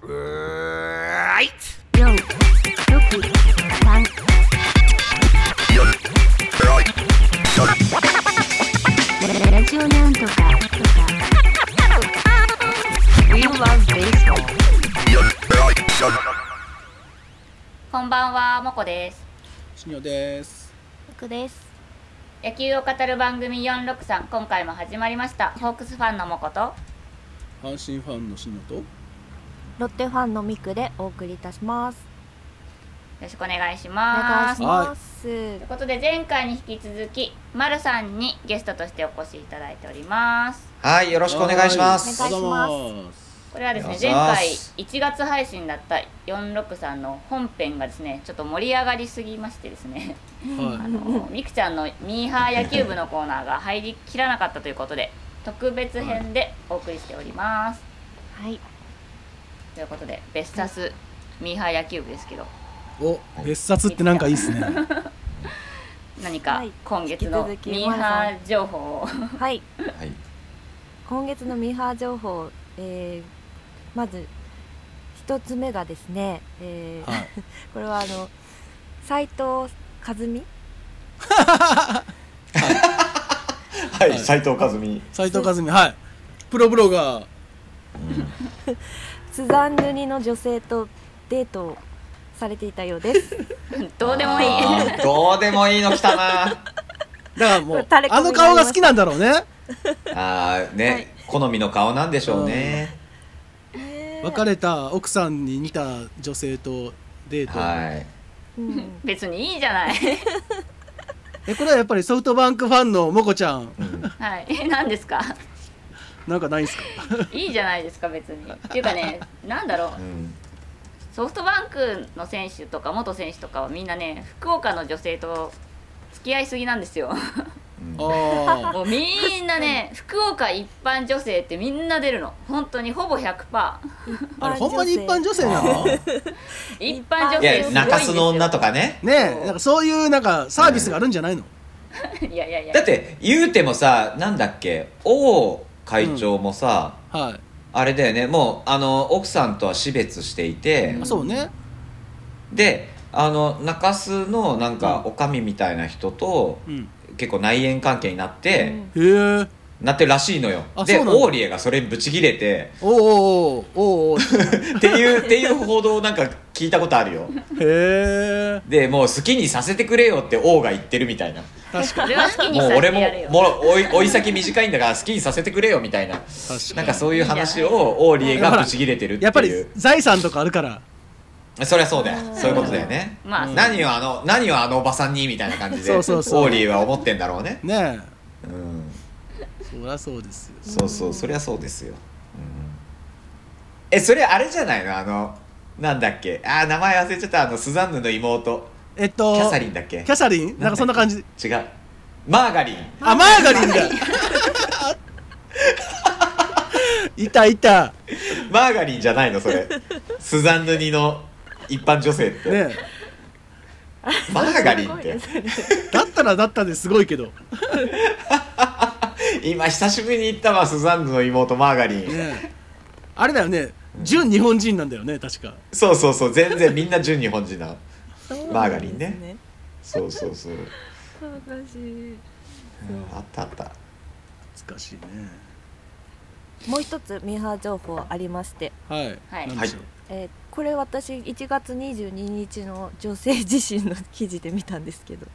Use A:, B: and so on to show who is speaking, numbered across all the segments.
A: うーい
B: 四、六、三、ラジオなんとかとか。We love baseball.
C: こんばんは、もこです。
D: しにょです。
B: 僕です。
C: 野球を語る番組463、今回も始まりました。ホークスファンのもこと、
D: 阪神ファンのしにょと。
E: ロッテファンのミクでお送りいたします。
C: よろしくお願いし
E: お願
C: ま
E: い
C: す。
E: します。
C: ということで、前回に引き続き、まるさんにゲストとしてお越しいただいております。
F: はい、よろしくお願いします。
E: はお願いします
D: す。
C: これはですね、
F: お願いし
C: 前
F: ま
C: 回
F: す
C: 1月配信だった463の本編がですね、ちょっと盛り上がりすぎましてですね、あ
D: は
C: のみくちゃんのミーハー野球部のコーナーが入りきらなかったということで、特別編でお送りしております。
E: はい。
C: ということで、ベスタスミーハー野球部ですけど、
D: い。お、別冊ってなんかいいっすね。
C: 何か
E: はい
C: 今月のミ
E: 引き続き
C: ーハー情 報を
E: はい。
F: はい、
E: 今月のミーハー情報、えー、まず一つ目がですね、えー
D: はい。
E: これはあの斉藤和美
F: は
D: はい
F: い、斉藤和美。
D: 斉藤和美、はい。プロブロガー。
E: スザンヌニの女性とデートをされていたようです。
C: どうでもいい
F: あーどうでもいいの来たな。
D: だからもう、
E: 垂れ込みが
D: あの顔が好きなんだろうね。
F: あーね、好みの顔なんでしょうね。
D: 別れた奥さんに似た女性とデート。
F: はい。
E: うん、
C: 別にいいじゃない
D: え、これはやっぱりソフトバンクファンのもこちゃん、
C: はいえ何ですか
D: なんかないんすか。
C: いいじゃないですか別にっていうかねなんだろう
F: うん、
C: ソフトバンクの選手とか元選手とかはみんなね福岡の女性と付き合いすぎなんです よ
D: ああ。
C: もうみんなね福岡一般女性ってみんな出るの本当にほぼ100%
D: あれ、ほんまに一般女性なの。ね
C: 一般女
F: いや、
C: 性すごいんで
F: 中
C: す
F: 洲
C: よ
F: の女とかね。
D: え、なんかそういうなんかサービスがあるんじゃないの。
C: いやいやいや
F: だって、言うてもさ、なんだっけ、王会長もさ、
D: はい。
F: あれだよね、もう、あの、奥さんとは死別していて
D: あ、そうね。
F: で、あの、中洲のなんか、
D: う
F: おかみみたいな人と、
D: うん。
F: 結構内縁関係になって、
D: へえ。
F: なってるらしいのよ
D: あ
F: で
D: そうなんだ
F: オーリエがそれにブチギレて
D: おうおうおうおうおう
F: っていうっていう報道をなんか聞いたことあるよ
D: へえ
F: でもう好きにさせてくれよって王が言ってるみたいな
D: 確か
C: それは好きに
F: もう
C: させ
F: 俺
C: て
F: も
C: やるよ
F: もう追い追い先短いんだから好きにさせてくれよみたいな
D: 確
F: なんかそういう話をオーリエがブチギレてるっていう
D: やっぱり財産とかあるから
F: そりゃそうだよそういうことだよね、
C: まあ
F: うん何をあの何をあのおばさんにみたいな感じで
D: そうそうそう
F: オーリエは思ってんだろうね
D: ね
F: うん
D: えそりゃそうですよ
F: そうそうそりゃそうですよ、うんえそれあれじゃないのあのなんだっけあー名前忘れちゃったあのスザンヌの妹
D: えっと
F: キャサリンだっけ
D: キャサリンなんかそんな感じ
F: 違うマーガリン
D: あマーガリンだいたいた
F: マーガリンじゃないのそれスザンヌ似の一般女性って、
D: ね
F: マーガリンって
D: えだったらだったですごいけどね
F: 今久しぶりに行ったわスザンヌの妹マーガリン、
D: えあれだよね純日本人なんだよね確か
F: そうそうそう全然みんな純日本人なの
E: そう
F: マ
E: な
F: ー
E: ん
F: ガリ
E: です
F: ンね。そうそうそう、うん
E: そうだし
F: あったあった
D: 難しいね
E: もう一つミーハー情報ありまして、
D: はい
C: はい
D: なんでしょう
E: えーこれ私1月22日の女性自身の記事で見見たんですけど、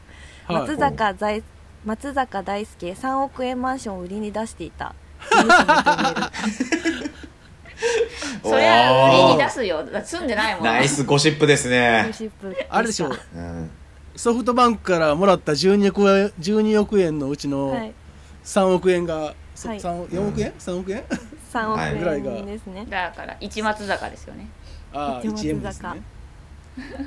D: はい
E: 松坂在松坂大輔3億円マンションを売りに出してい たニュースに認める
C: それは売りに出すよだって住んでないもん
F: ナイスゴシップです
E: ゴ
F: ね、
E: シップ
D: あれでしょう
F: うん
D: ソフトバンクからもらった12億円 ,12 億円のうちの
E: はい
D: 3億円が、そ
E: はい
D: 三4億円 ?3 億円
E: 3億
F: はい
D: ぐらいが
E: 円ですね、
C: だから一松坂ですよね
D: ああ
E: 一松
D: 1円です
E: 坂
D: ね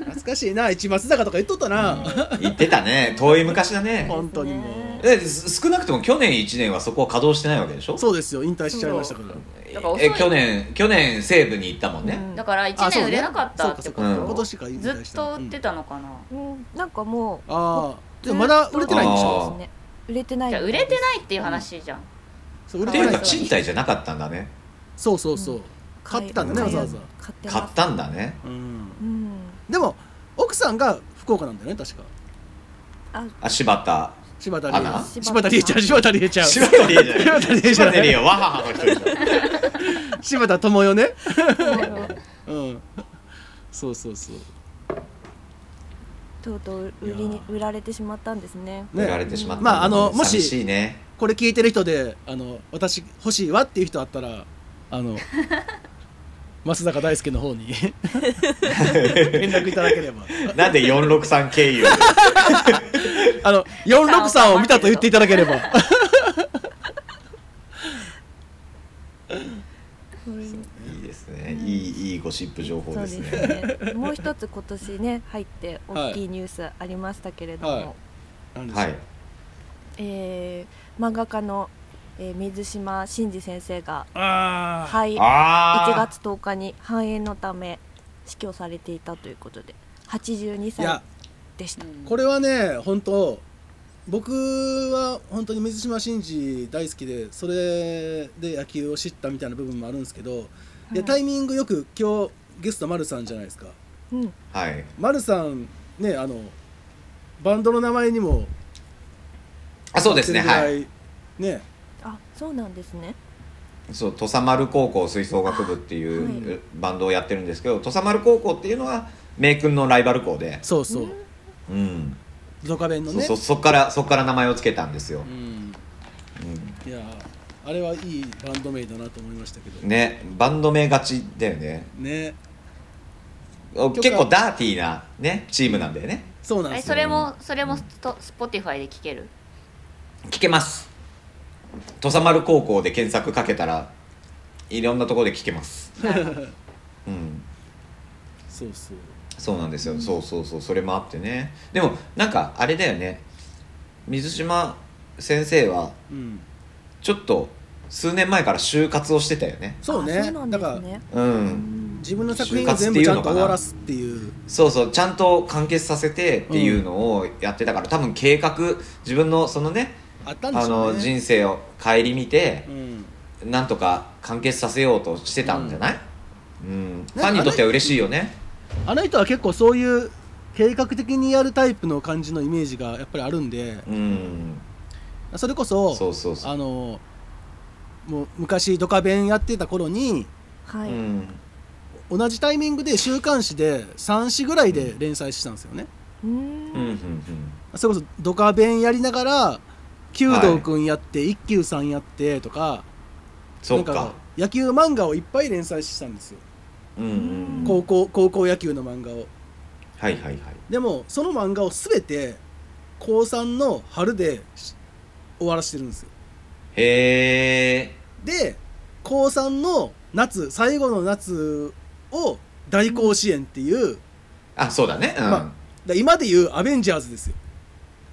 D: 懐かしいな一松坂とか言っとったな、
F: 言ってたね遠い昔だね
D: 本当にも
E: ね
F: えす少なくとも去年1年はそこは稼働してないわけでしょ
D: うそうですよ引退しちゃいましたから
F: え
C: だから遅い
F: え去年去年西武に行ったもんね、
E: うん
C: だから1
D: あ
C: 年
D: そうね
C: 売れなかったってこ
F: そうか
D: 今
F: そうか
C: と
D: 年から引
C: ず
D: 退
C: っ
D: した
C: と売って
D: うん
C: たのかな、
E: うん、なんかも
D: ああ
E: う
D: でもまだ
E: ずっと
D: 売れてないんでし
F: あ
D: ょ
F: ー
E: そうですね売れてない
C: じゃあ売れてないっていう話じゃん、
D: そう売
F: っ
D: れ
F: て
D: て
F: い
D: な
F: う
D: い
F: か
D: から
F: 賃貸じゃなかったんだね
D: そうそうそう、買ったんだね
E: 買い
D: わざわ
E: 買ってます
F: 買ったんだね
D: うん
E: うん
D: でも奥さんが福岡なんだよね確か
E: あ
F: あ柴田
D: 柴田理
F: あら
D: 恵柴田理恵ちゃん柴田理恵ちゃん
F: 柴田理恵じゃない
D: 柴田理恵じゃ
F: 柴
D: な
F: 田理恵
D: い
F: はわははの一人だ
D: 柴田智代ね
E: もう
D: うんそうそうそう
E: とうとう売り
D: い
E: に
D: やー
E: 売られてしまったんですね
F: 売られてしまった
D: まああのもし
F: 寂しいね
D: これ聞いてる人であの私欲しいわっていう人あったら あの増坂大輔の方に連絡いただければ
F: なんで463経由で
D: あの463を見たと言っていただ ければ
F: いいですねいいいいゴシップ情報
E: そう
F: で
E: ですす
F: ね
E: ね もう一つ今年ね入って大きいニュースありましたけれども、
D: はいなんでしょう
F: はい
E: えー漫画家の、えー水島真嗣先生が
D: ああ
E: はい
F: ああ
E: 1月10日に肺炎のため死去されていたということで82
D: い
E: 歳
D: や
E: でした
D: これはね本当僕は本当に水島新司大好きでそれで野球を知ったみたいな部分もあるんですけど、いやタイミングよく今日ゲスト丸さんじゃないですか
E: うん
F: はい
D: 丸さんねあのバンドの名前にも
F: あそうですね
D: なってる
F: は
D: ぐら
F: い
D: ね
E: あそうなんですね
F: そう土佐丸高校吹奏楽部っていうバンドをやってるんですけど土佐丸高校っていうのは名君のライバル校で
D: そうそう
F: うん
D: ドカベンの
F: そう
D: ね
F: そうそっからそっから名前をつけたんですよ、
D: うん
F: う
D: いやあれはいいバンド名だなと思いましたけど
F: ん、ねバンド名勝ちだよね
D: ね
F: お結構ダーティーなねチームなんだよね
D: そうなん
C: あ
D: で
C: れ
D: す
C: そ
D: よ
C: れもそれもスト Spotify で聴ける
F: 聞けます土佐丸高校で検索かけたらいろんなところで聞けますうん
D: そうそう
F: そうなんですよ、そうそうそうそれもあってねでもなんかあれだよね水島先生は
D: うん
F: ちょっと数年前から就活をしてたよね
D: そう
E: あ
D: ね
E: そうなん
D: だ
E: で
D: から
E: すね
F: うん
D: 自分の作品を全部ちゃんと終わらすっていう
F: そうそうちゃんと完結させてっていうのをやってたから、多分計画自分のそのね
D: あったんで
F: あ
D: しょ
F: の
D: うね
F: 人生を顧みて
D: う、ん
F: なんとか完結させようとしてたんじゃない、うんフ
D: なんか
F: ァンにとっては嬉しいよね
D: あの人は結構そういう計画的にやるタイプの感じのイメージがやっぱりあるんで
F: うん
D: それこそ
F: そうそうそう
D: あのもう昔ドカベンやってた頃に
E: はい、
F: うん
D: 同じタイミングで週刊誌で3誌ぐらいで連載してたんですよね、
E: うーん
F: うんうんうん
D: それこそドカベンやりながら弓道くんやって、一休さんやってとか
F: そう
D: なん
F: か
D: 野球漫画をいっぱい連載してたんですよ、
F: うんうんうん
D: 高校高校野球の漫画を
F: はいはいはい
D: でもその漫画を全て高3の春でし終わらしてるんですよ
F: へえ
D: で高3の夏最後の夏を大甲子園っていう、
F: あそうだねうん、
D: まだ今でいうアベンジャーズですよ、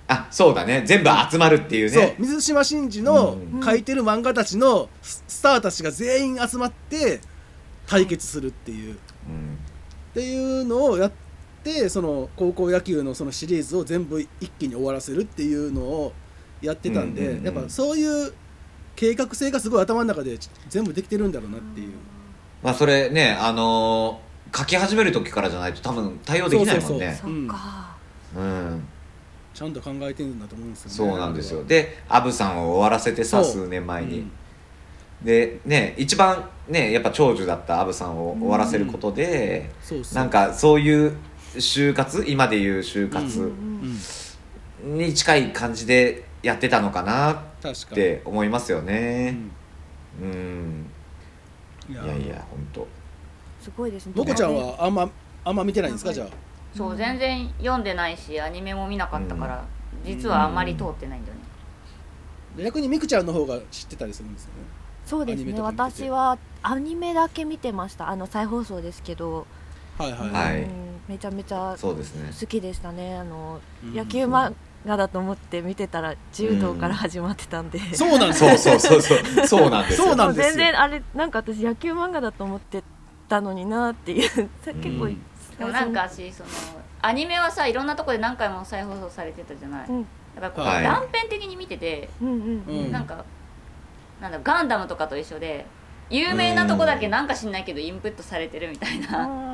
F: あそうだね全部集まるっていう
D: そう
F: ね
D: 水島新司の
F: うん
D: 書いてる漫画たちのススターたちが全員集まって対決するっていう、っ
F: うん
D: ていうのをやってその高校野球のそのシリーズを全部一気に終わらせるっていうのをやってたんで、
F: うんうんうん
D: やっぱそういう計画性がすごい頭の中で全部できてるんだろうなっていう、
F: まあそれねあのー書き始める時からじゃないと多分対応できないもんね
E: そっか、
F: うん
D: ちゃんと考えてるんだと思うんですよね
F: そうなんですよ
D: あ
F: でアブさんを終わらせてさ
D: そう
F: 数年前に、
D: うん
F: でね一番ねやっぱ長寿だったアブさんを終わらせることで、
D: れはそうそう
F: なんかそういう就活今でいう就活
D: うん
F: に近い感じでやってたのかなっ
D: 確かに、
F: て思いますよ
D: う
F: ね
D: ん
F: うん、
D: い
F: いやいや本当
E: すごいですね
D: もこちゃんはあんまあんま見てないんですかじゃあ
C: そう全然読んでないしアニメも見なかったから、実はあんまり通ってないんだよね、
D: 逆にみくちゃんの方が知ってたりするんですよね
E: そうです
D: アニメ
E: ね
D: とか見てて
E: 私はアニメだけ見てましたあの再放送ですけど、
D: はいはい
F: は
E: う
F: い
E: ん、めちゃめちゃ
F: そうですね
E: 好きでしたねあの、
D: うん
E: 野球漫画だと思って見てたら柔道から始まってたんで、
D: そうなんです
F: そ
D: よ
F: うそうそうそうそうなんですよ
D: そうなんですよ
E: 全然あれなんか私野球漫画だと思ってたのになっていう結構、
F: うん
C: でもなんか私そのアニメはさいろんなとこで何回も再放送されてたじゃない、
E: うん
C: だからこう、
F: はい
C: 断片的に見てて
E: うんうんうん
D: うん
C: なんかなんだろうガンダムとかと一緒で有名なとこだけなんか知んないけどインプットされてるみたいな、
E: うん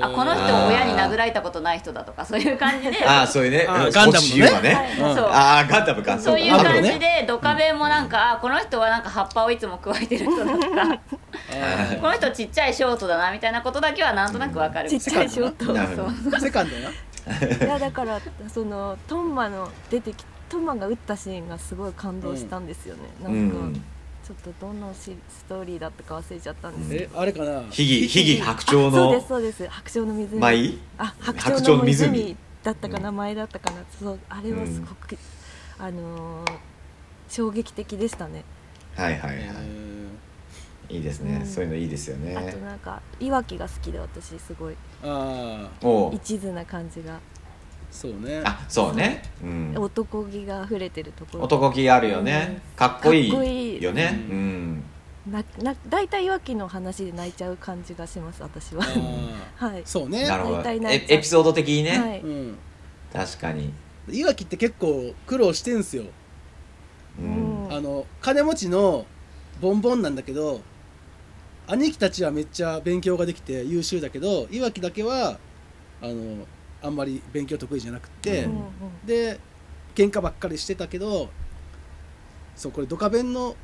C: あこの人親に殴られたことない人だとかそういう感じで
F: ああそういうね
D: あー
F: うん
D: ガン
F: こ
D: ダムのね
F: っち言うわね
D: うん
C: そう
F: ああガンダムか
C: そういう
F: か
C: 感
D: あ
C: じ
D: る
C: でドカベンもなんかあこの人はなんか葉っぱをいつも加えてる人だ とか
D: あ
C: この人ちっちゃいショートだなみたいなことだけはなんとなくわかる
E: ちっちゃいショート
C: そう
F: なるほど
D: ーセカンドや
E: いやだからそのトンマの出てきトンマが打ったシーンがすごい感動したんですよね、
F: う
E: なんか、
F: ん
E: ちょっとどのシストーリーだったか忘れちゃったんですけど、
D: えあれかな
F: ひぎひぎ白鳥
E: そうです
F: の
E: そうです白鳥の湖
F: 舞
E: あ
F: 白
E: 白
F: 鳥
E: 鳥
F: の
E: の
F: 湖
E: 湖だったかな、
F: う
E: 前だったかなそうあれはすごく、あのー衝撃的でしたね、
F: はいはいは
D: え
F: い
D: ー
F: いいですね、
E: うん
F: そういうのいいですよ
E: あと
F: ね
E: なんかいわきが好きで私すごい
D: ああ
F: おう
E: 一途な感じが
D: そうね
F: あそうね、うん、
E: 男気が溢れてるところ
F: 男気あるよね、かっこい
E: かっこい
F: い
E: い
F: よね
D: う
F: うん
E: なな大体いわきの話で泣いちゃう感じがします私は
D: あー
E: はい
D: そうね
F: なるほど
E: 大体泣い
F: エ
E: ちゃう
F: エピソード的にね、
E: はい、
D: うん
F: 確かに、
D: いわきって結構苦労してんすよ
F: う
E: うんん
D: あの金持ちのボンボンなんだけど兄貴たちはめっちゃ勉強ができて優秀だけどいわきだけはあのあんまり勉強得意じゃなくって、
E: うんうん
D: で喧嘩ばっかりしてたけどそうこれドカベンの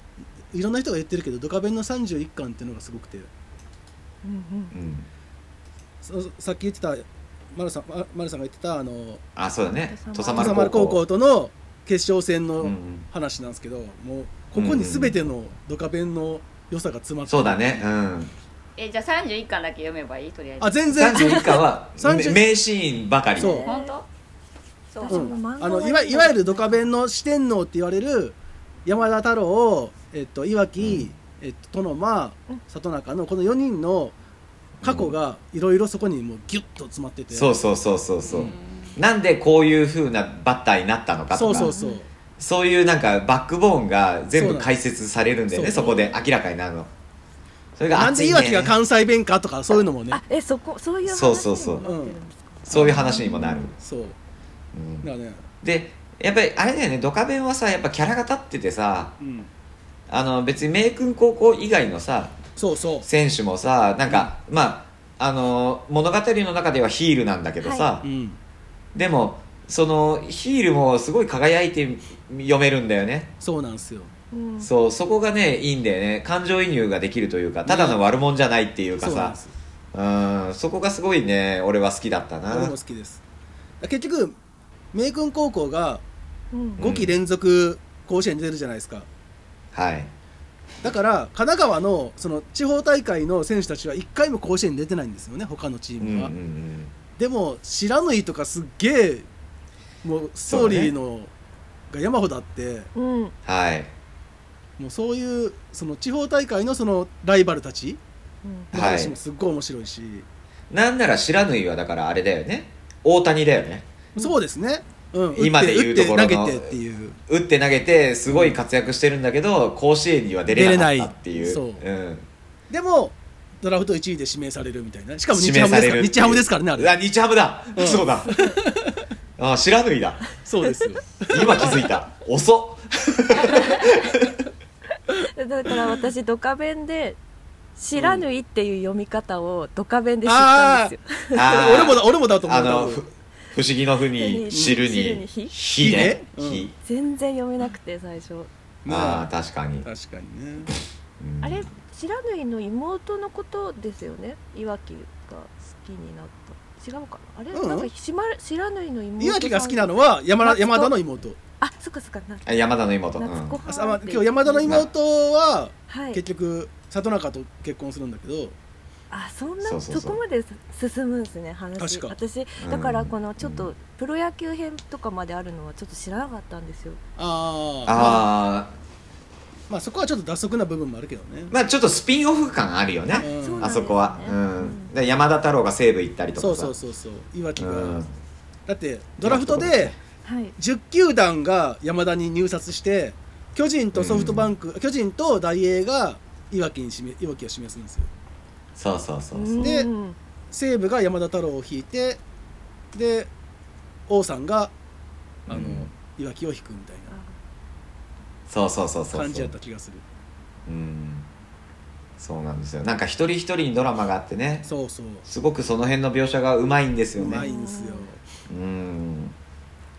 D: いろんな人が言ってるけどドカベンの31巻っていうのがすごくて
E: うんうん
F: うん
D: そさっき言ってた丸さんま丸さんが言ってたあの
F: あそうだね土
E: 土
F: 佐
E: 佐
D: 丸
F: 丸
D: 高
F: 高校
D: 高校との決勝戦の
F: うん
D: 話なんですけど、もうここに全てのドカベンの良さが詰まって
F: そ
D: る
F: うだねうん
C: えじゃあ31巻だけ読めばいいとりあえず
D: あ全然
F: 31巻 は
D: 30
F: め名シーンばかり
D: そう
C: 本当そう
E: 私
D: う
E: も
D: ん、
E: 漫画
D: あの
E: はいいい
D: わ
E: ですね
D: いわゆるドカベンの四天王って言われる山田太郎、えっと、いわき、えっと、殿間
E: うん
D: 里中のこの4人の過去がいろいろそこにもうギュッと詰まってて、
F: そうそうそうそうそう、
C: うん
F: なんでこういう風なバッターになったのかとか
D: そうそうそう
F: そういうなんかバックボーンが全部解説されるんだよねそ
D: そう
F: こで明らかになるのそれが
D: なん
F: 熱い、
D: でい
F: ね
D: わ、きが関西弁かとかそういうのもね
E: あえそこそういう話
F: そうそうそう
E: になってるんですか
F: そういう話にもなる、
D: そう
F: うん
D: だからね、
F: でやっぱりあれだよねドカベンはさやっぱキャラが立っててさ
D: うん、
F: あの別に明君高校以外のさ
D: そうそう
F: 選手もさなんか、まああの物語の中ではヒールなんだけどさ、
D: うん
F: でもそのヒールもすごい輝いて読めるんだよね
D: そうなんですよ
E: うん
F: そうそこがねいいんだよね感情移入ができるというかただの悪者じゃないっていうか
D: そうな
F: さ
D: んです
F: うんそこがすごいね俺は好きだった
D: 俺
F: な
D: も好きです結局明君高校が
E: うん
D: 5期連続甲子園に出るじゃないですか、
F: はい
D: だから神奈川のその地方大会の選手たちは1回も甲子園に出てないんですよね他のチ
F: う
D: ー
F: ん
D: ム
F: うんう
D: は、
F: ん
D: でも知らぬいとかすっげえもうストーリーの、が山ほどあって
E: うん
F: はい
D: もうそういうその地方大会のそのライバルたち
E: うん
D: の話もすっごい面白いし、
F: なんなら知らぬいはだからあれだよね大谷だよね
D: そうですね、うん、
F: 今で言うところの
D: 打って投げてっていう
F: 打って投げてすごい活躍してるんだけど甲子園には出れなかったっていう
D: 出れ
F: うん、
D: でもドラフト1位で指名されるみたいなしかも日
F: 指名
D: ハム
F: さ
D: です
F: れ
D: か
F: る
D: ら日ハムですからねあれ
F: あ日ハムだ、
D: うん
F: そうだあ知らぬいだ
D: そうですよ
F: 今気づいた遅っ
E: だから私ドカベンで「知らぬい」っていう読み方をドカベンで知った
D: あ
E: んですよ。
F: あー
D: 俺もだ俺もだと思
F: あ
D: う多
F: の
D: 分
F: ふ不思議のふに知る
E: 知る
F: に
E: に火
F: 火ね
D: 火ねうん
F: 火
E: 全然読めなくて最初。
D: ね
F: ああ確かに、
D: 確かにね
F: うん
E: あれ知らぬいの妹のことですよね。いわきが好きになった。違うかな。あれ、
D: うん
E: なんかしま知らぬいの妹。
D: いわきが好きな。のは山田
E: 夏子
D: 山田の妹
E: あ、そっかそっかな。
F: あ山田の妹、うん、
E: 夏子
D: あ
E: は
D: さまあ今日山田の妹は
E: はい
D: 結。局里中と結婚するんだけど
E: あ、そんな
F: そ
E: そう
F: そうそう
E: こまで進むんですね話。
D: 確か
E: 私
F: うん
E: だからこのちょっ
F: う
E: とプロ野球編とかまであるのはちょっと知らなかったんですよ。
D: ああ
F: ああ
D: まあそこはちょっと脱足な部分もあるけどね
F: まあちょっとスピンオフ感あるよね、
D: うん
E: そうなん
F: あ
E: ですね
F: そこは、うん、で山田太郎が西武行ったりとか
D: そ
F: さ
D: うそうそうそういわき
F: う
D: が
F: ん
D: だってドラフトで
E: はい。
D: 10球団が山田に入札して巨人とソフトバンク、巨人と大英がいわきに指名いわきを指名するんですよ
F: そうそうそうそう
E: うん
D: で西武が山田太郎を引いてで王さんがあの、
F: うん
D: いわきを引くみたい
E: あ
F: そうそうそうそう
D: な感じやった気がする
F: うんそうなんですよなんか一人一人にドラマがあってね
D: そうそう
F: すごくその辺の描写がうまいんです
D: う
F: よ
D: まい
F: ね
D: んですよ
F: うん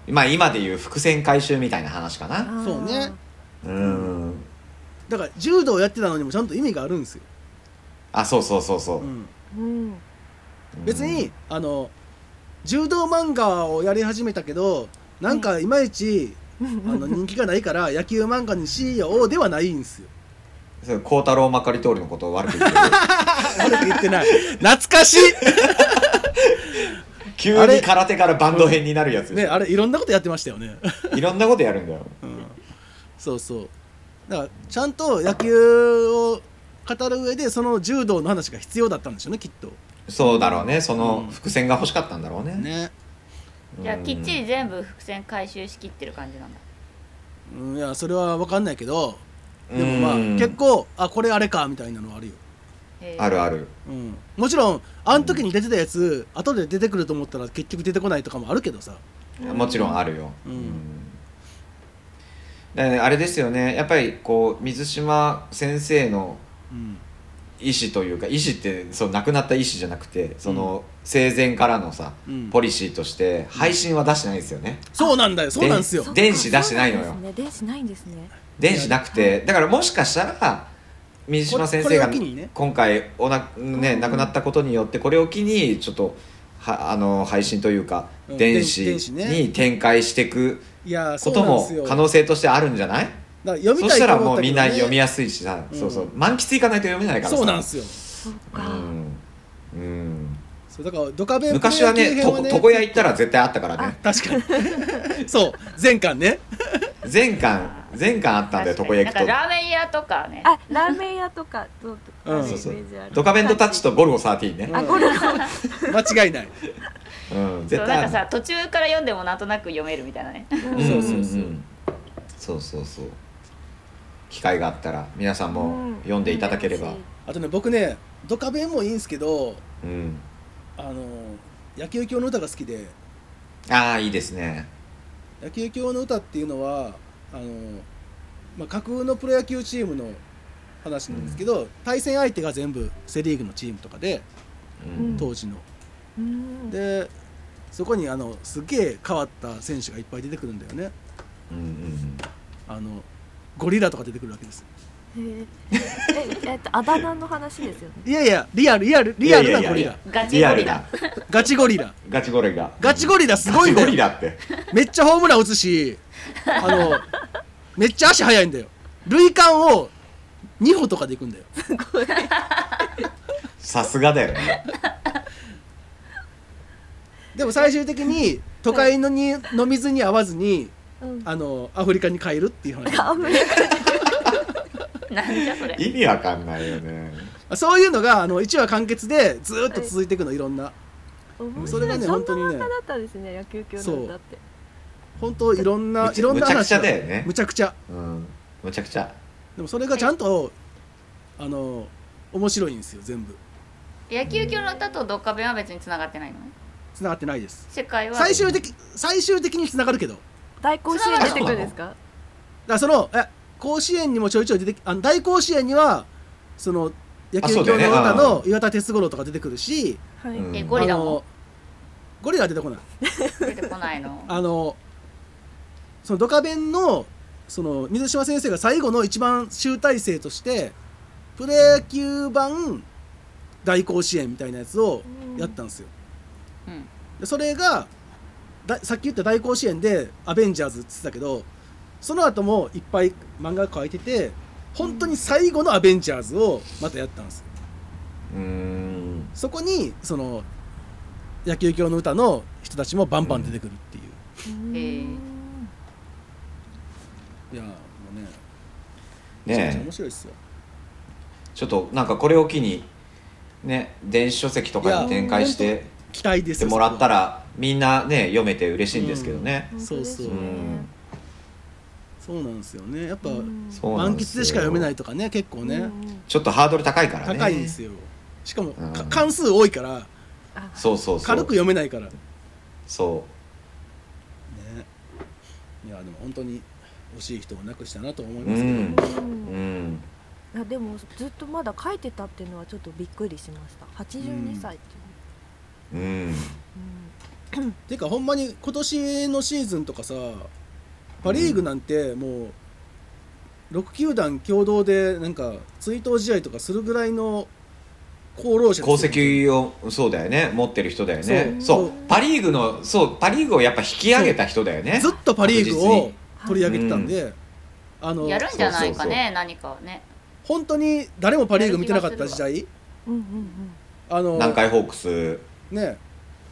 F: まあ今でいう伏線回収みたいな話かな
E: あー
D: そうね
F: うん
D: だから柔道やってたのにもちゃんと意味があるんですよ、
F: あそうそうそうそうう、
D: ん、
E: うん
D: 別にあの柔道漫画をやり始めたけどなんかいまいちあの人気がないから野球漫画にしようではないんですよ
F: そう孝太郎まかり通りのことを悪く言って る
D: 悪く言ってない懐かしい
F: 急
D: あれ
F: に空手からバンド編になるやつで
D: ね
F: しょ
D: あれいろんなことやってましたよね
F: いろんなことやるんだよ
D: うんそうそうだからちゃんと野球を語る上でその柔道の話が必要だったんでしょうねきっと
F: そうだろうねその
D: うん
F: 伏線が欲しかったんだろうね
D: ね、
F: うん
C: じゃあきっちり全部伏線回収しきってる感じなんだ
D: うん、いやそれは分かんないけどでもまあ
F: うん
D: 結構あこれあれかみたいなのはあるよ、
C: へー
F: あるある
D: うん、もちろんあの時に出てたやつ、後で出てくると思ったら結局出てこないとかもあるけどさ
F: もちろんあるよ、
D: うん
F: だからあれですよねやっぱりこう水島先生の
D: うん
F: 意思というか意思ってそう亡くなった意思じゃなくてその生前からのさ、
D: うん
F: ポリシーとして配信は出してないですよね、
D: そうなんだよそうなんですよ
E: そっか
F: 電子出してないのよ
E: そうなんですね電子ないんですね
F: 電子なくてだからもしかしたら水島先生が
D: これこれを機にね
F: 今回おな、ね、亡くなったことによってこれを機にちょっとはあの配信というか
D: うん
F: 電子
D: 電子ね
F: に展開していく
D: いや
F: こ
D: そう
F: と
D: なんで
F: も
D: すよ
F: 可能性としてあるんじゃない
D: だから読
F: そ
D: みた
F: し
D: い
F: た
D: と
F: ら
D: 思
F: も
D: っ
F: う
D: た
F: み
D: け
F: ん
D: どね
F: な読みやすいしさ、
D: うん
F: そうそう満喫いかないと読めないからさ
D: そうなんですよ
E: そう
F: う
E: か、
F: んうん
D: そうだからドカベン
F: 昔はねと床屋行ったら絶対あったからね
D: 確かにそう前巻ね
F: 前巻前巻あったんだよ
C: 確
F: 床
C: かに
F: 屋行く
C: なんかラーメン屋とかね
E: あラーメン屋とかどうと
D: う
E: か、
D: ん
F: と
D: ー
F: そう
D: メン
F: そう
E: イメージある
F: ドカベンとタッチとゴルゴ13ね
D: うん
E: あゴルゴ
D: 間違いない
F: うん
C: そ
F: 絶
C: う
F: 対
C: なん
F: あ
C: か
F: る
C: さ途中から読んでもなんとなく読めるみたいなね
F: うんうんうんそうそうそう機会があったら皆さんも読んでいただければ
D: あとね僕ねドカベンもいいんですけど
F: うん
D: あの野球教の歌が好きで
F: ああいいですね
D: 野球教の歌っていうのはあの、まあ、架空のプロ野球チームの話なんですけど、対戦相手が全部セ・リーグのチームとかで
F: うん
D: 当時の、
E: うん
D: でそこにあのすげえ変わった選手がいっぱい出てくるんだよね
F: うんうん
D: あのゴリラとか出てくるわけです
E: へーええっとあだ名の話ですよね
D: いやいやリアルリアルリアル
F: いや
D: ない
F: や
D: ゴ
F: い
D: リ
F: や
D: ラ
C: ガチ
F: リ
C: ゴ
F: アル
C: リ
F: な
C: ラ
D: ガチゴリラ
F: ガチゴリラ
D: ガチゴリラすごいんだ
F: ガチゴ
D: よ
F: リラって
D: めっちゃホームラン打つし、あの、めっちゃ足速いんだよ。塁間を2歩とかで行くんだよ。
F: さすがだよ ね
D: でも最終的に都会のにの水に合わずに、
E: うん
D: あの、アフリカに帰るっていう話。
E: あめ
C: なんじゃそれ
F: 意味わかんないよね
D: そういうのが、あの、1話完結でずーっと続いていくの、いろんな。
E: 面
D: そ
E: 白
D: れ
E: い
D: がね
E: そ
D: 本当にね
E: んな漫画だったんですね野球教の歌って
D: 本当いろんな
F: む、ち
D: いろんな話が。
F: むちゃくちゃだよね
D: むちゃくちゃ。
F: うんむちゃくちゃ
D: でもそれがちゃんと、あの、面白いんですよ、全部。
C: 野球教の歌とドッカベンは別に繋がってないのね
D: 繋がってないです。
C: 世界は
D: 最終的、最終的に繋がるけど。
E: 大甲子園出てくるんですか
D: だからそのえ甲子園にもちょいちょい出てきあの大甲子園にはその野
F: あ
D: 球
F: そうだよ
D: 教
F: ね
D: の歌
F: う
D: の岩田哲五郎とか出てくるし、
E: はい、
F: うん
C: えゴリラ
D: あ
C: も
D: のゴリラは出てこない
C: 出てこないの
D: あのそのドカベンのその水島先生が最後の一番集大成としてプロ野球版大甲子園みたいなやつをやったんですよ、
C: うん
D: でそれがださっき言った大甲子園で「アベンジャーズ」って言ってたけどその後もいっぱい漫画書いてて本当に最後の「アベンジャーズ」をまたやったんですよ
F: うん
D: そこにその野球教の歌の人たちもバンバン出てくるっていう、
E: うん
C: えー
D: いやーもうねめちゃめちゃ
F: ねえ
D: 面白いっすよ
F: ちょっとなんかこれを機にね電子書籍とかに展開し
D: いや
F: て
D: 期待で
F: っ
D: す
F: て
D: よ
F: もらった
D: そ
F: らみんなね読めて嬉しいんですけどね、
E: 本当
D: そう
E: です
D: そ
E: ね
D: う
F: うん
D: こはそうなんですよねやっぱ、
E: うん
F: そうな
D: 満
F: んす
D: 喫
F: よ
D: でしか読めないとかね結構ね、
E: うん
F: ちょっとハードル高いからね
D: 高いんですよしかも、か
F: うん
D: 関数多いから
E: あ
F: そうそうそう
D: 軽く読めないからね
F: そ
D: いやでも本当に惜しい人をなくしたなと思いう
F: う
D: ますけど、
F: んう
E: う
F: んん
E: いやでもずっとまだ書いてたっていうのはちょっとびっくりしました
F: うん
E: 82歳っていう、
F: うん
E: うん
D: てかほんまに今年のシーズンとかさパ・リーグなんてもう6球団共同でなんか追悼試合とかするぐらいの功労者
F: 功
D: ですよ
F: 績をそうだよね持ってる人だよね
D: そ
F: そううパ・リーグのそうパ・リーグをやっぱ引き上げた人だよね
D: ずっとパ・リーグ
F: 確実
D: を
F: に
D: 取り上げてたんで、あの
C: やるんじゃないか
F: そうそう
C: ね何かをね
D: 本当に誰もパ・リーグ見てなかった時代
E: うんうんうん
D: あの
F: 南海ホークス
D: ね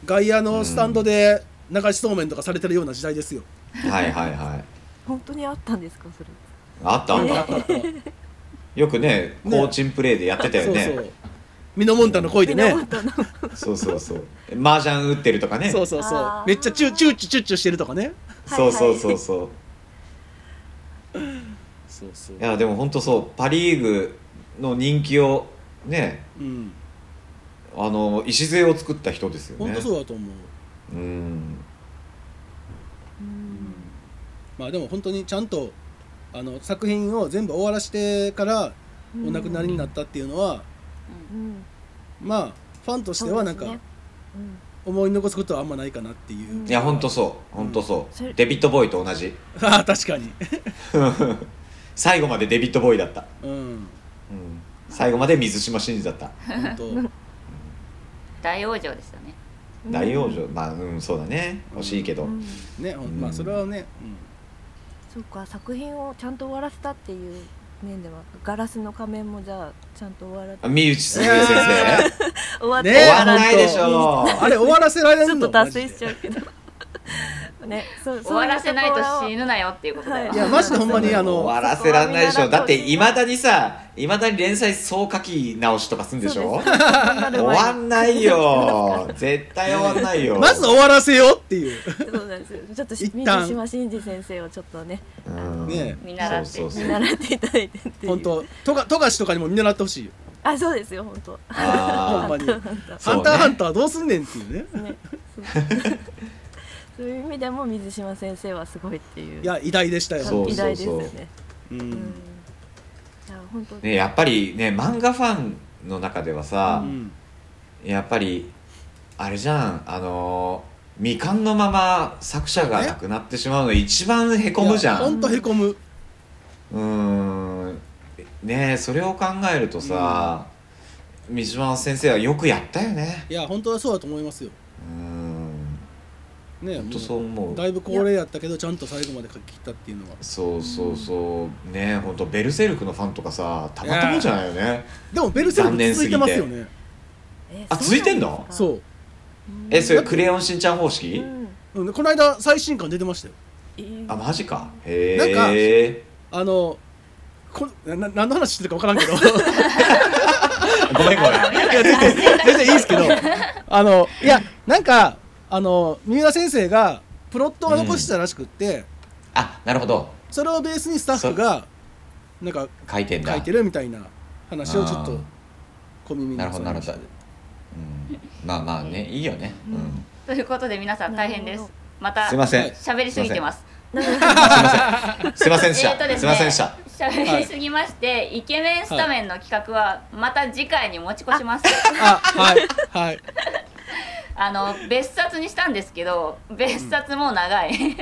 D: 外野のスタンドで流しそうめんとかされてるような時代ですよ。
F: はいはいはい
E: 本当にあったんですかそれ
F: あったあったよくねコ
D: ね
F: ーチンプレーでやってたよ
D: そうそ
F: ね
D: うミノモンタの声でね
E: 源の
F: そうそうそう麻雀打ってるとかね
D: そうそうそう
E: あー
D: めっちゃチューチューチューチューチューしてるとかね
F: そうそうそうそう
D: そうそう
F: いやでも本当そうパ・リーグの人気をね
D: うん
F: あの礎を作った人ですよね
D: 本当そうだと思う
F: うん
E: うん
D: まあでも本当にちゃんとあの作品を全部終わらしてからお亡くなりになったっていうのは、
E: うん
D: まあファンとしてはなんか
E: そうですねうん
D: 思い残すことはあんまないかなっていう、
E: うん
F: いや本当そう本当そう、
E: それ
F: デビッド・ボーイと同じ
D: ああ確かに
F: 最後までデビッド・ボーイだった、
D: うん
F: うん、最後まで水島新司だった
D: 本当
C: 大往生ですよね
F: 大往生まあうんそうだね惜しいけど、
E: うん
D: ねほんまあそれはね、
E: そうか作品をちゃんと終わらせたっていう面ではガラスの仮面もじゃあちゃんと終わら
F: あ三内すず先生
E: 終わっ
D: ね
E: て、
D: え
F: 終わらないでしょ
D: うんあれ終わらせら
E: ち
D: れる
E: ょっ
D: の
E: と
D: マ
E: 達
D: ジで
E: 成しちゃうけどねそう
C: 終わらせないと死
E: ぬ
C: ぬなよっていうことだよ、
E: はい
D: やマジでほんまにあの
F: 終わらせらんないでしょだっていまだにさいまだに連載総書き直しとかすんでしょ 終わんないよ絶対終わんないよ
D: まず終わらせようっていう
E: そうなんですよちょっと
D: 一
E: 水
D: 旦
E: 島新司先生をちょっとね
F: うん
D: ね
C: 見習って
F: そうそうそう
E: 習っていただいてっていう
D: 本当とが富樫とかにも見習ってほしいよ
E: あそうですよ本当
D: ほん
F: あ
D: まに
E: 本当
F: そう
D: ハ
F: ね
D: ンターハンターどうすんねんっていうね
E: ね、そうそういう意味でも水島先生はすごいっていう
D: いや偉大でしたよ
F: そう
E: 偉大ですよね。
D: う
E: うんん、いや本当、
F: ーねやっぱりね漫画ファンの中では
D: う
F: さ、
D: ん
F: やっぱりあれじゃんあのー未完のまま作者が亡くなってしまうの一番へこむじゃ
D: ほ
F: ん
D: んとへこむ
F: うーんねえそれを考えるとさ、三島先生はよくやったよね
D: いや本当はそうだと思いますよ
F: うーん
D: ね
F: ほん
D: も
F: と
D: う
F: そう思う
D: だいぶ高齢やったけどちゃんと最後まで書き切ったっていうのは
F: そうそうそうねえほんとベルセルクのファンとかさたまたまじゃないよね
D: でもベルセルク続いてますよね
E: え
F: あ
E: そう
F: 続いてんの
E: なんですか
D: そ
F: えそれクレヨンしんちゃん方式、
E: うん
D: う、うん、この間最新刊出てましたよ
E: えー
F: あマジかへえ
D: あのこなな何の話してるか分からんけど
F: ごめんご めん
D: いや全然全然いいですけどあのいやなんかあの三浦先生がプロットを残してたらしくって、
F: あなるほど
D: それをベースにスタッフがなんか
F: 書いてんだ
D: 書いてるみたいな話をちょっ
F: あ
D: と小耳に
F: なるほどなるほど
D: 挟みまし
F: うんまあまあねいいよね、うん
E: うん
C: ということで皆さん大変で
E: な
C: す
E: るほ
C: また
F: すいません、
D: はい
C: 喋りすぎてます
F: すいませんでした、
C: えーとですす
F: い
C: ね
F: ませんでした
C: 喋りすぎまして、イケメンスタメンの企画はまた次回に持ち越します、
D: たあはいはい
C: あの別冊にしたんですけど別冊も長い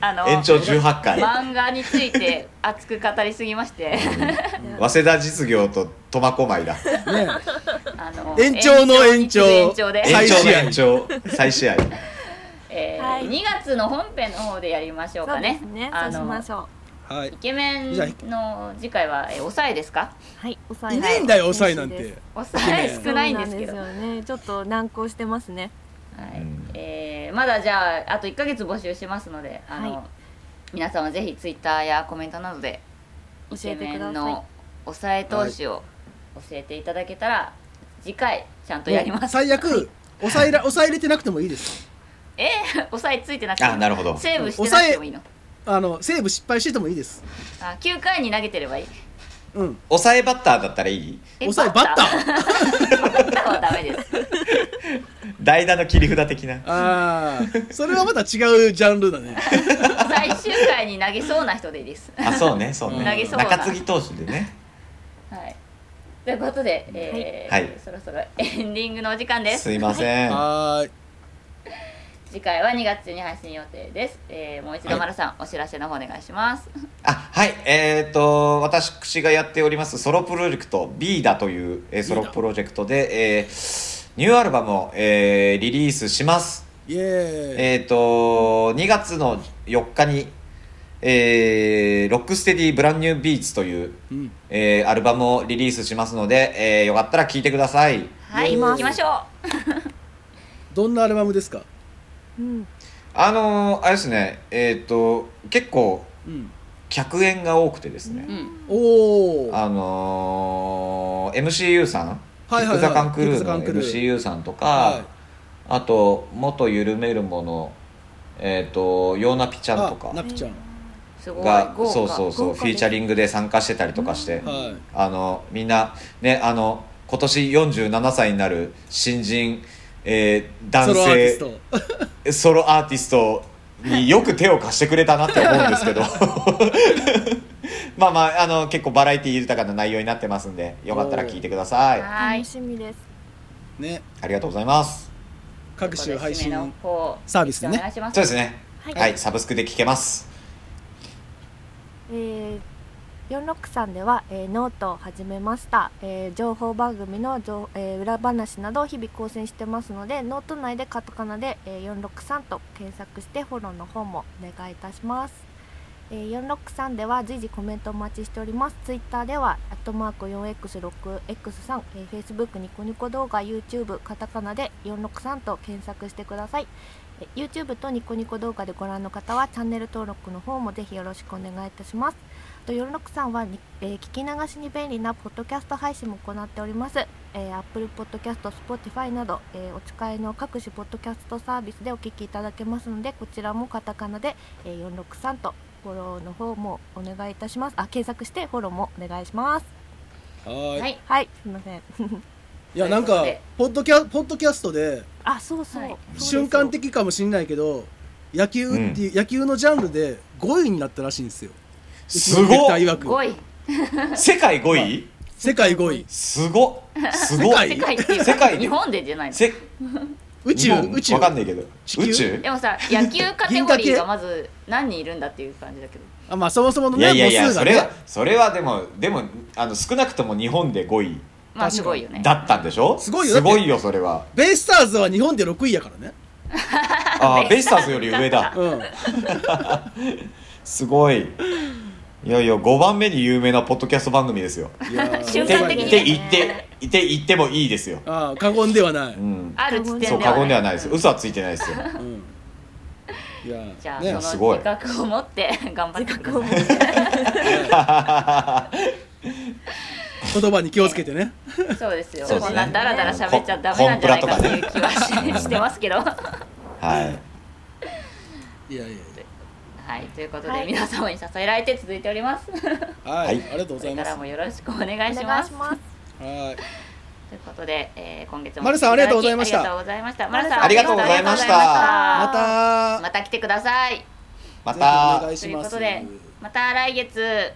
C: あの
F: 延長18回
C: 漫画について熱く語りすぎまして
F: 早稲田実業と苫小牧だ
D: ね
C: あの
D: 延長の延長
C: 延長で、
D: はい
F: 延長の
D: 再
F: 延長再試合
C: えー
E: はい
C: 2月の本編の方でやりましょう
E: そ
C: か
E: う
C: ね
E: ですね。そ
C: あ
E: うしま
C: の
E: しょ
D: はい
C: イケメンの次回は、えー、抑えですか
E: う。はい、抑
D: い
E: え
D: ないんだよ抑えなんて
C: 抑え少ないんですけど
E: そうなんですよね。ちょっと難航してますね。
C: はい
F: うん
C: えーまだじゃああと1か月募集しますのであの、
E: はい
C: 皆さんはぜひツイッターやコメントなどでイ
E: 教
C: ケ
E: えて
C: メ
E: くだ
C: ン
E: さ
C: の抑え投手を教えていただけたら、次回ちゃんとやります
D: 最悪抑えら抑えれてなくてもいいです
C: えー、抑えついてなくて
F: あなるほど
C: セーブしてなくてもいいの
D: あのセーブ失敗しててもいいです
C: あ9回に投げてればいい
D: うん
F: 抑えバッターだったらいい
C: え
D: 抑えバッター
C: バッターはダメです
F: 代打の切り札的な
D: ああそれはまた違うジャンルだね
C: 最終回に投げそうな人でいいです
F: あそうねそうね
D: 投げ
C: そうな
F: 中継ぎ投手でね
C: ということで、えー
F: はいはい
C: そろそ ろエンディングのお時間です
F: すいません。
D: はーい
C: 次回は2月に配信予定です、えーもう一
F: は
C: 度
F: い
C: マラさん、お知らせの方お願いします
F: あはいえー、と私がやっておりますソロプロジェクト「ビーダという、えーソロプロジェクトで、えーニューアルバムを、えーリリースします、
D: イエーイ
F: えー、と2月の4日に、えーロックステディ・ブランニュー・ビーツ」という、
D: うん
F: えーアルバムをリリースしますので、えーよかったら聴いてください
C: はい
D: イエーイ
C: 行きましょう
D: どんなアルバムですか
E: うん、
F: あのーあれですねえっ、と結構
D: うん
F: 客演が多くてですね、
C: うん
D: おお
F: あのー MCU さん
D: はいはいはい
F: ザカンクルーの
D: ピクザカンクルー
F: MCU さんとか、
D: はい
F: あと元緩めるものえっ、とヨーナピちゃんとか
D: ナピちゃん
C: すごい
F: が
C: 豪華
F: そうそうそう
E: 豪華です
F: フィーチャリングで参加してたりとかして、
D: はい
F: あのみんなねあの今年47歳になる新人、えー男
D: ソロアーティス
F: 性
D: ト
F: ソロアーティストによく手を貸してくれたなって思うんですけどまあまああの結構バラエティ豊かな内容になってますんでよかったら聞いてくださいあ
C: は
E: 楽
C: い
E: しみです。
D: ね
F: りがとうございます
D: 各種配信
C: ということで締めの方
D: サービスでね
C: お願いします
F: そうですね
E: は
F: はい、サブスクで聞けます
E: えー、463では、えーノートを始めました、えー情報番組の情、えー裏話などを日々更新してますのでノート内でカタカナで、えー463と検索してフォローの方もお願いいたします、えー463では随時コメントお待ちしておりますツイッターでは「アットマーク 4x6x3」えー、Facebook ニコニコ動画 YouTube カタカナで463と検索してくださいえ YouTube とニコニコ動画でご覧の方はチャンネル登録の方もぜひよろしくお願いいたします。あと463はに、えー聞き流しに便利なポッドキャスト配信も行っております。えー、Apple Podcast、Spotify など、えーお使いの各種ポッドキャストサービスでお聞きいただけますのでこちらもカタカナで、えー463とフォローの方もお願いいたします。あ検索してフォローもお願いします。
D: は
C: は
D: ーい
C: い
E: はい、すいません。
D: いやなんか
C: という
D: ポッドキャポッドキャストで
E: あそうそう、
C: はい
E: そうですよ
D: 瞬間的かもしれないけど野球っていう、野球のジャンルで5位になったらしいんですよ
F: すごっ
D: いわく
C: 5位
F: 世界5位
D: 世界5位
F: すごっすごい
C: 世界っていう
F: 世
C: か
F: 界で
C: 日本でじゃないの
F: せ
D: 宇宙
F: 日本
D: 宇宙
F: わかんないけど
D: 地球
F: 宇宙
C: でもさ野球カテゴリー
D: 銀河系
C: がまず何人いるんだっていう感じだけど
D: あまあそもそもの
F: い
D: ね
F: やいやいや
D: 母数
F: そ
D: が
F: れは
D: ね
F: それはでもでもあの少なくとも日本で5位
C: まあ
D: 確かに
C: すごいよね
F: だったんでしょ
D: すごいよ
F: すごいよそれは
D: ベイスターズは日本で6位やからね
F: あーベイスターズより上だ
D: うん
F: すごいいやいや5番目に有名なポッドキャスト番組ですよ
D: いや ー
C: 瞬
F: って
C: 間的
F: 言
C: に
F: っ て言
C: ね
F: って言って言ってもいいですよ、
D: ああ過言ではない、
F: うん、
C: ある地点で
F: そう
C: は
F: 過言ではないです嘘はついてないですよ
D: うんいやー
C: じゃあ、
D: ね
C: そ
F: す
C: の
F: ごい
C: 自覚を持って 頑張ってください
D: 言葉に気をつけてね
C: そうですよ
F: そうですね
C: こんなダラダラ喋っちゃダメなんじゃないかっていう気はし,、
F: コンプラとかね
C: してますけどは
F: はい
D: いやいやい
C: いということで、
E: はい
C: 皆様に支えられて続いておりますこ
D: やはい、
F: はい
D: ありがとうござ
C: れ
D: いま
C: か
D: す
C: らもよろしくお願
E: お願
C: い
E: い
C: し
E: し
C: ま
E: ますす。は
D: はい
C: ということで、えー、今月も
D: マルさんありがとうございました
C: ありがとうございましたマルさん
F: ありがとうございました
D: ま
C: ありがとうございました
D: た
C: また来てください
F: ま
D: ぜひお
F: た
D: 願い
C: と
D: し
C: いう
D: ま
C: こ
D: す
C: とでまた来月